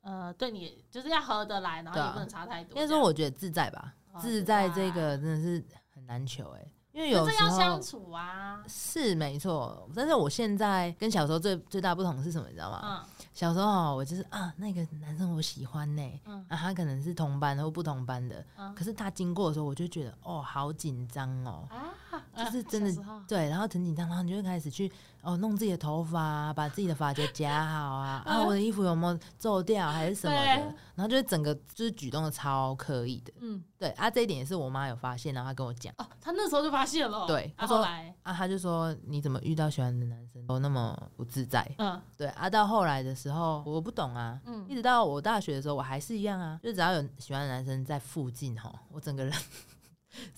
Speaker 1: 呃，对你就是要合得来，然后
Speaker 2: 对啊
Speaker 1: 也不能差太多
Speaker 2: 应
Speaker 1: 这
Speaker 2: 该
Speaker 1: 样。
Speaker 2: 说我觉得自在吧，
Speaker 1: 哦啊
Speaker 2: 自在这个真的是很难求哎、因为有
Speaker 1: 可
Speaker 2: 时
Speaker 1: 是要
Speaker 2: 候
Speaker 1: 相处啊，
Speaker 2: 是没错，但是我现在跟小时候最最大不同是什么，你知道吗？
Speaker 1: 嗯
Speaker 2: 小时候啊我就是啊，那个男生我喜欢呢、
Speaker 1: 嗯
Speaker 2: 啊，他可能是同班或不同班的，
Speaker 1: 嗯
Speaker 2: 可是他经过的时候，我就觉得哦，好紧张哦，
Speaker 1: 啊，
Speaker 2: 就是
Speaker 1: 啊
Speaker 2: 真的
Speaker 1: 小时候
Speaker 2: 对，然后很紧张，然后你就会开始去哦弄自己的头发、啊，把自己的发夹夹好 啊，啊
Speaker 1: 嗯
Speaker 2: 我的衣服有没有皱掉还是什么的
Speaker 1: 对，
Speaker 2: 然后就是整个就是举动的超刻意的，
Speaker 1: 嗯，
Speaker 2: 对啊，这一点也是我妈有发现，然后她跟我讲
Speaker 1: 哦，他那时候就发现了，
Speaker 2: 对
Speaker 1: 啊
Speaker 2: 他说
Speaker 1: 后来，
Speaker 2: 啊，她就说你怎么遇到喜欢的男生都那么不自在，
Speaker 1: 嗯
Speaker 2: 对啊，到后来的时候我不懂啊，一
Speaker 1: 嗯，
Speaker 2: 直到我大学的时候，我还是一样啊，就只要有喜欢的男生在附近吼，我整个人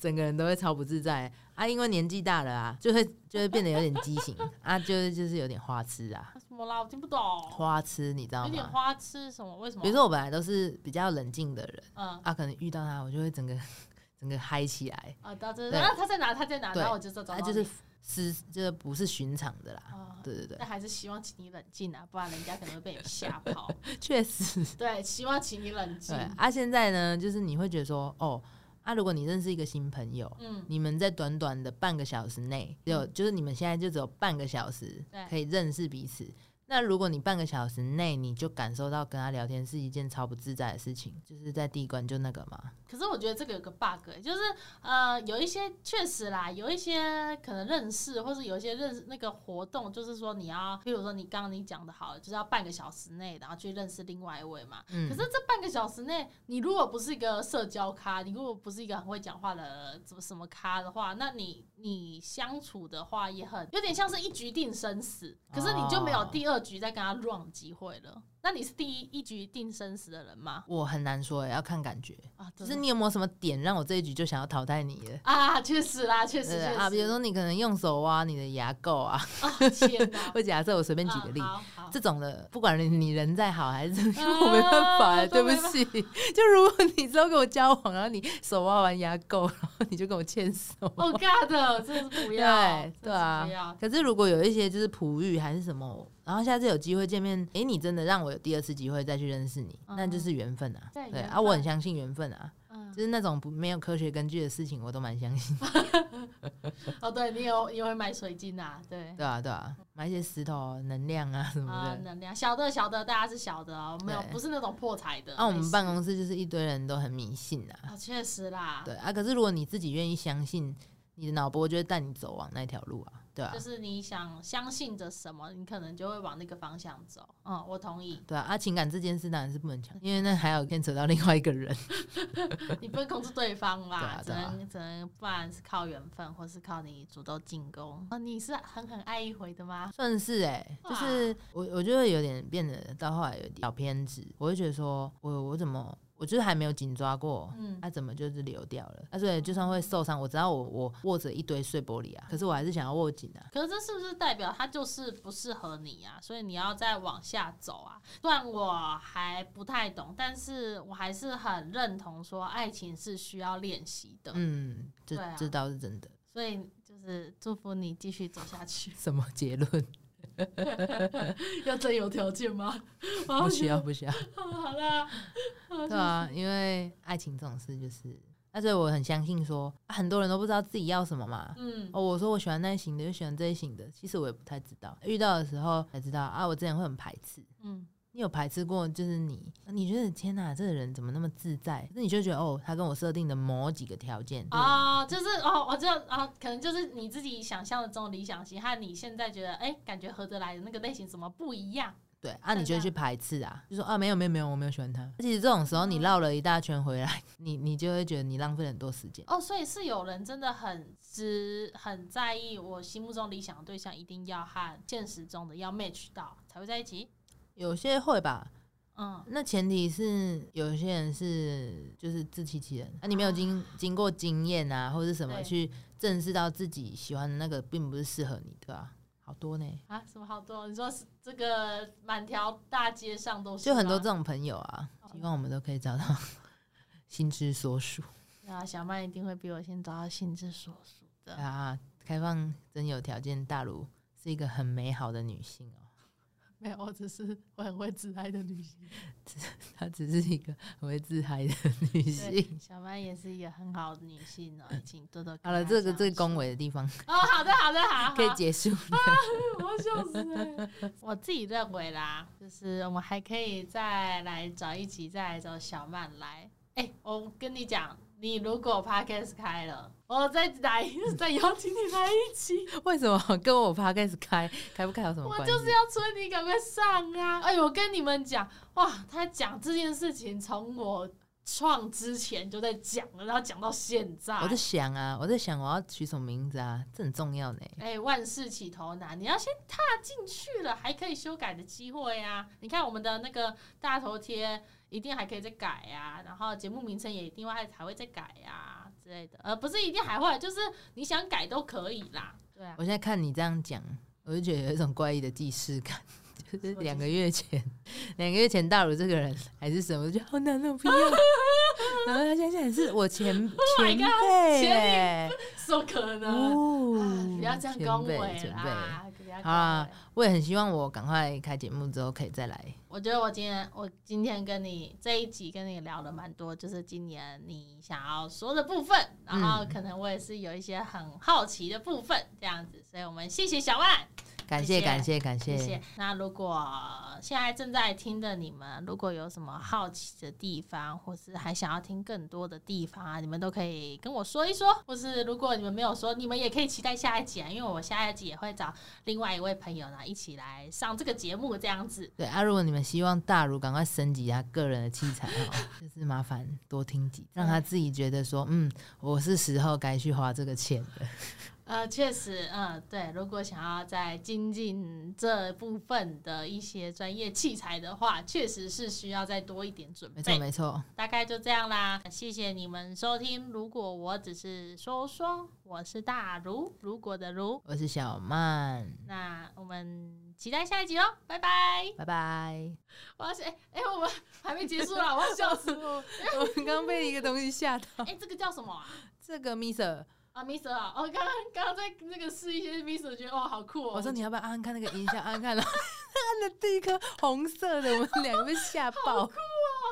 Speaker 2: 整个人都会超不自在啊，因为年纪大了啊，就会就会变得有点畸形啊，就是就是有点花痴啊，
Speaker 1: 什么啦？我听不懂，
Speaker 2: 花痴你知道
Speaker 1: 有点
Speaker 2: 吗？
Speaker 1: 花痴什么？为什么？
Speaker 2: 比如说我本来都是比较冷静的人
Speaker 1: 嗯。
Speaker 2: 啊，可能遇到他我就会整个整个嗨起来，
Speaker 1: 啊，到这，
Speaker 2: 对
Speaker 1: 啊，他在哪？他在哪？
Speaker 2: 对
Speaker 1: 然后我就知道，
Speaker 2: 啊，就是是就是不是寻常的啦。
Speaker 1: 哦
Speaker 2: 对 对对，
Speaker 1: 但还是希望请你冷静啊，不然人家可能会被你吓跑。
Speaker 2: 确实。
Speaker 1: 对，希望请你冷静
Speaker 2: 对。啊，现在呢，就是你会觉得说，哦，啊，如果你认识一个新朋友，
Speaker 1: 嗯，
Speaker 2: 你们在短短的半个小时内，有就是你们现在就只有半个小时
Speaker 1: 对
Speaker 2: 可以认识彼此。那如果你半个小时内你就感受到跟他聊天是一件超不自在的事情，就是在第一关就那个嘛，
Speaker 1: 可是我觉得这个有个 bug，、欸、就是呃，有一些确实啦，有一些可能认识，或是有一些认识那个活动，就是说你要，比如说你刚刚你讲的好了，就是要半个小时内，然后去认识另外一位嘛。
Speaker 2: 嗯
Speaker 1: 可是这半个小时内，你如果不是一个社交咖，你如果不是一个很会讲话的怎么什么咖的话，那你你相处的话也很有点像是一局定生死，可是你就没有
Speaker 2: 哦
Speaker 1: 第二局再跟他 run 机会了。那你是第一一局定生死的人吗？
Speaker 2: 我很难说、欸，要看感觉。
Speaker 1: 啊，
Speaker 2: 就
Speaker 1: 真的
Speaker 2: 是你有没有什么点让我这一局就想要淘汰你的？
Speaker 1: 啊，确实啦，确实
Speaker 2: 对
Speaker 1: 确实
Speaker 2: 啊，比如说你可能用手挖你的牙垢啊，
Speaker 1: 哦，天哪！
Speaker 2: 或假设我随便
Speaker 1: 嗯
Speaker 2: 举个例，
Speaker 1: 好好
Speaker 2: 这种的，不管你人再好还是怎么样，
Speaker 1: 啊
Speaker 2: 我没办法、对
Speaker 1: 都
Speaker 2: 不
Speaker 1: 没办
Speaker 2: 起。 就如果你之后跟我交往，然后你手挖完牙垢，然后你就跟我牵手，
Speaker 1: 哦，God，真的是不
Speaker 2: 对
Speaker 1: 要，真的是
Speaker 2: 对
Speaker 1: 不
Speaker 2: 啊
Speaker 1: 要。。
Speaker 2: 可是如果有一些就是璞玉还是什么，然后下次有机会见面，诶，你真的让我有第二次机会再去认识你，
Speaker 1: 嗯
Speaker 2: 那就是缘分啊。
Speaker 1: 对
Speaker 2: 对
Speaker 1: 缘
Speaker 2: 啊，
Speaker 1: 分
Speaker 2: 我很相信缘分啊，
Speaker 1: 嗯，
Speaker 2: 就是那种不没有科学根据的事情，我都蛮相信。
Speaker 1: 哦，对你有你会买水晶啊？对
Speaker 2: 对啊，对啊，买一些石头能量啊什么
Speaker 1: 啊
Speaker 2: 的，。
Speaker 1: 能量小的小的，大家是小的哦，没有
Speaker 2: 对
Speaker 1: 不是那种破财的。
Speaker 2: 啊那、我
Speaker 1: 没
Speaker 2: 们
Speaker 1: 事
Speaker 2: 办公室就是一堆人都很迷信啊。
Speaker 1: 哦，确实啦，
Speaker 2: 对啊，可是如果你自己愿意相信，你的脑波就会带你走往那条路啊，对啊
Speaker 1: 就，是你想相信着什么，你可能就会往那个方向走。嗯，我 同意，
Speaker 2: 对啊，啊，情感这件事当然是不能讲，因为那还有牵扯到另外一个人，
Speaker 1: 你不能控制对方
Speaker 2: 对
Speaker 1: 啦
Speaker 2: 啊，
Speaker 1: 只
Speaker 2: 对啊
Speaker 1: 能只能不然是靠缘分，或是靠你主动进攻。啊，你是很很爱一回的吗？
Speaker 2: 算是哎、就
Speaker 1: 哇
Speaker 2: 是我我就会有点变得到后来有点小偏执，我会觉得说我我怎么我就是还没有紧抓过。
Speaker 1: 嗯，
Speaker 2: 啊，怎么就是流掉了？啊，所以就算会受伤，我知道我我握着一堆碎玻璃啊，可是我还是想要握紧啊。
Speaker 1: 可是这是不是代表它就是不适合你啊？所以你要再往下走啊。虽然我还不太懂，但是我还是很认同说爱情是需要练习的。
Speaker 2: 嗯，这、
Speaker 1: 对啊
Speaker 2: 这倒是真的。
Speaker 1: 所以就是祝福你继续走下去。
Speaker 2: 什么结论？
Speaker 1: 要真有条件 吗？
Speaker 2: 不需要，不需要。
Speaker 1: 好啦，
Speaker 2: 对啊，因为爱情这种事就是，那所以我很相信说，啊很多人都不知道自己要什么嘛。
Speaker 1: 嗯，
Speaker 2: 哦，我说我喜欢那一型的，又喜欢这一型的，其实我也不太知道。遇到的时候才知道啊，我之前会很排斥。
Speaker 1: 嗯，
Speaker 2: 你有排斥过，就是你，啊你觉得天哪，这个人怎么那么自在？那你就觉得哦，他跟我设定的某几个条件，
Speaker 1: 哦，就是哦，我知道哦，可能就是你自己想象的这种理想型和你现在觉得哎、感觉合得来的那个类型怎么不一样？
Speaker 2: 对啊，你就会去排斥啊，就说啊，没有没有没有，我没有喜欢他。其实这种时候，你
Speaker 1: 嗯
Speaker 2: 绕了一大圈回来，你你就会觉得你浪费了很多时间。
Speaker 1: 哦，所以是有人真的很知很在意我心目中理想的对象一定要和现实中的要 match 到才会在一起。
Speaker 2: 有些会吧，
Speaker 1: 嗯，
Speaker 2: 那前提是有些人是就是自欺欺人，啊那、你没有经经过经验啊，或者是什么
Speaker 1: 哦对
Speaker 2: 去正视到自己喜欢的那个并不是适合你，对吧、好多呢，
Speaker 1: 啊，什么好多？你说是这个满条大街上都是吗，
Speaker 2: 就很多这种朋友啊，
Speaker 1: 哦
Speaker 2: 希望我们都可以找到 心之所属
Speaker 1: 啊，小曼一定会比我先找到心之所属 的。
Speaker 2: 啊。开放真有条件，大如是一个很美好的女性哦，
Speaker 1: 没有，我只是我很会自爱的女性。
Speaker 2: 她只是一个很会自嗨的女性。
Speaker 1: 对，小曼也是一个很好的女 性哦，请多多
Speaker 2: 好
Speaker 1: 跟
Speaker 2: 了，
Speaker 1: 她
Speaker 2: 这个
Speaker 1: 相
Speaker 2: 这个恭
Speaker 1: 处
Speaker 2: 维的地方
Speaker 1: 哦，好的好的好，好
Speaker 2: 可以结束了。
Speaker 1: 我要笑死了！ 我自己认为啦，就是我们还可以再来找一集，再来找小曼来。哎、我跟你讲，你如果 podcast 开了，我再来再邀请你来一 起，
Speaker 2: 为什么跟我 podcast 开开不开有什么
Speaker 1: 我
Speaker 2: 关系？
Speaker 1: 就是要催你赶快上啊！哎、我跟你们讲，哇，他讲这件事情从我创之前就在讲了，然后讲到现在，
Speaker 2: 我在想啊，我在想我要取什么名字啊，这很重要呢。
Speaker 1: 哎、万事起头难，你要先踏进去了，还可以修改的机会啊！你看我们的那个大头贴，一定还可以再改啊，然后节目名称也一定会还会再改啊之类的，呃，不是一定还会，就是你想改都可以啦。对啊
Speaker 2: 我，现在看你这样讲，我就觉得有一种怪异的既视感， 就是两个月前，两个月前大鲁这个人还是什么，我就觉得好 难哦，不要。然后他现在还是我前
Speaker 1: Oh my
Speaker 2: 前
Speaker 1: God，
Speaker 2: 辈
Speaker 1: 前
Speaker 2: 耶，
Speaker 1: 怎么可能？啊
Speaker 2: 哦
Speaker 1: 不要这样
Speaker 2: 前
Speaker 1: 恭
Speaker 2: 辈
Speaker 1: 维
Speaker 2: 前辈
Speaker 1: 啦！不要恭
Speaker 2: 好啊啦
Speaker 1: 维。
Speaker 2: 我也很希望我赶快开节目之后可以再来。
Speaker 1: 我觉得我今天我今天跟你这一集跟你聊了蛮多，就是今年你想要说的部分，然后可能我也是有一些很好奇的部分这样子，所以我们谢谢小万，
Speaker 2: 感
Speaker 1: 谢
Speaker 2: 谢
Speaker 1: 谢
Speaker 2: 感谢感
Speaker 1: 谢
Speaker 2: 谢，
Speaker 1: 谢。那如果现在正在听的你们，如果有什么好奇的地方，或是还想要听更多的地方啊，你们都可以跟我说一说，或是如果你们没有说，你们也可以期待下一集啊，因为我下一集也会找另外一位朋友呢一起来上这个节目这样子。
Speaker 2: 对啊，如果你们希望大如赶快升级他个人的器材哈， 就是麻烦多听几，让他自己觉得说，嗯，我是时候该去花这个钱了。
Speaker 1: 呃，确实，嗯，对，如果想要在精进这部分的一些专业器材的话，确实是需要再多一点准
Speaker 2: 没错
Speaker 1: 备。
Speaker 2: 没错，
Speaker 1: 大概就这样啦，谢谢你们收听。如果我只是说说，我是大如，如果的如，
Speaker 2: 我是小曼，
Speaker 1: 那我们期待下一集哦，拜拜。
Speaker 2: 拜拜。
Speaker 1: 我要是，哎、哎、我们还没结束啊啦，我要笑死我。
Speaker 2: 我刚刚被一个东西吓到，
Speaker 1: 哎、这个叫什么啊？
Speaker 2: 这个 Mister，
Speaker 1: 啊，Mr. 啊，哦，刚刚刚刚在那个试一些 Mr. 觉得哦好酷哦。
Speaker 2: 我说你要不要按按看那个音效，按按看，然后按了第一颗红色的，我们两个被吓爆。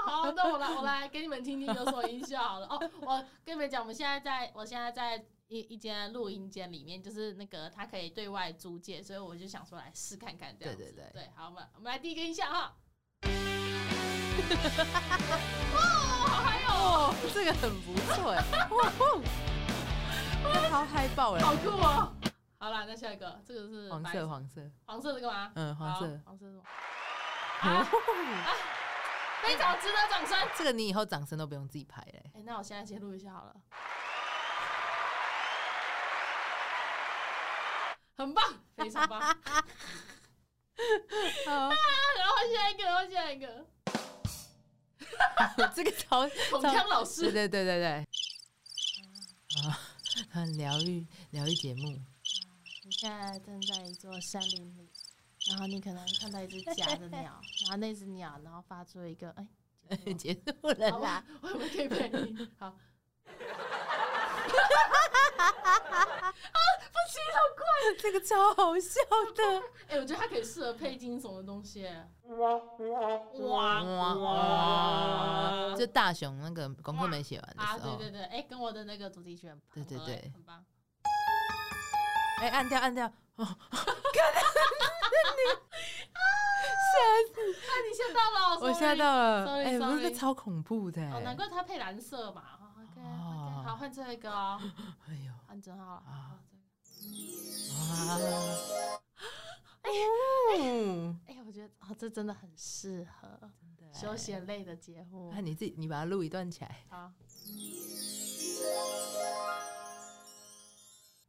Speaker 1: 好，那我来我来给你们听听有什么音效好了。哦，我跟你们讲，我们现在在我现在在一一间录音间里面，就是那个它可以对外租借，所以我就想说来试看看这样子。
Speaker 2: 对对对
Speaker 1: 对，好，我们我们来第一个音效 哈。哇，好嗨哦，
Speaker 2: 这个很不错哎， 哇哦，这好嗨爆了，
Speaker 1: 好酷哦！好啦，那下一个，这个是
Speaker 2: 黄
Speaker 1: 白
Speaker 2: 色黄色，
Speaker 1: 黄色这个吗？
Speaker 2: 嗯黄色嗯哦
Speaker 1: 好黄色是什么？ 啊，非常值得掌声。
Speaker 2: 这个你以后掌声都不用自己拍嘞。
Speaker 1: 哎、那我现在先录一下好了。很棒，非常棒。啊，
Speaker 2: 好，
Speaker 1: 然后下一个，然后下一个，
Speaker 2: 这个超
Speaker 1: 孔
Speaker 2: 超
Speaker 1: 锵老
Speaker 2: 对
Speaker 1: 师，
Speaker 2: 对对对对，啊，很疗愈疗愈节目，
Speaker 1: 你现在正在一座山林里，然后你可能看到一只假的 鸟，然后那只鸟，然后发出一个哎，
Speaker 2: 结束了
Speaker 1: 好
Speaker 2: 啦
Speaker 1: 吧，，我我可以陪你。好，啊，不行，好怪。
Speaker 2: 这个超好笑的，
Speaker 1: 哎、我觉得它可以适合配金什么东西、哎哇哇
Speaker 2: 哇
Speaker 1: 哇！
Speaker 2: 就大雄那个功课没写完的
Speaker 1: 啊，
Speaker 2: 时
Speaker 1: 对
Speaker 2: 候，
Speaker 1: 对对，哎、跟我的那个主题曲很合
Speaker 2: 对对
Speaker 1: 哎
Speaker 2: 对
Speaker 1: 很棒。
Speaker 2: 哎，按掉按掉，哦，吓死，
Speaker 1: 啊，你吓到了，
Speaker 2: 我吓
Speaker 1: sorry。
Speaker 2: 到了，
Speaker 1: sorry，
Speaker 2: 哎，不是
Speaker 1: sorry
Speaker 2: 这超恐怖的，
Speaker 1: 哦，难怪它配蓝色嘛。哦 OK OK，
Speaker 2: 哦
Speaker 1: 好，换最后一个哦，
Speaker 2: 哎呦，
Speaker 1: 换正好了。哦
Speaker 2: 啊
Speaker 1: 好这个
Speaker 2: 啊，嗯，
Speaker 1: 哎、我觉得哦，这真的很适合休闲类的节目
Speaker 2: 那。啊你自己你把它录一段起来，
Speaker 1: 好，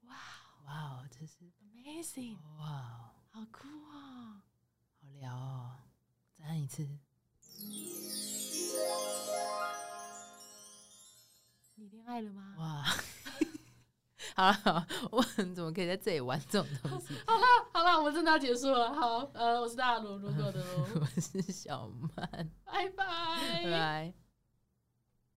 Speaker 1: 哇
Speaker 2: 哇哦，真是
Speaker 1: ，Amazing，
Speaker 2: 哇哦。
Speaker 1: 好酷哦！
Speaker 2: 好聊哦，再按一次。
Speaker 1: 你恋爱了吗？
Speaker 2: 哇， 好了，好了我们怎么可以在这里玩这种东西？
Speaker 1: 好了 好了，我们真的要结束了。哦 好，呃，我是大鲁，如果的如，
Speaker 2: 我是小曼，
Speaker 1: 拜拜
Speaker 2: 拜。拜。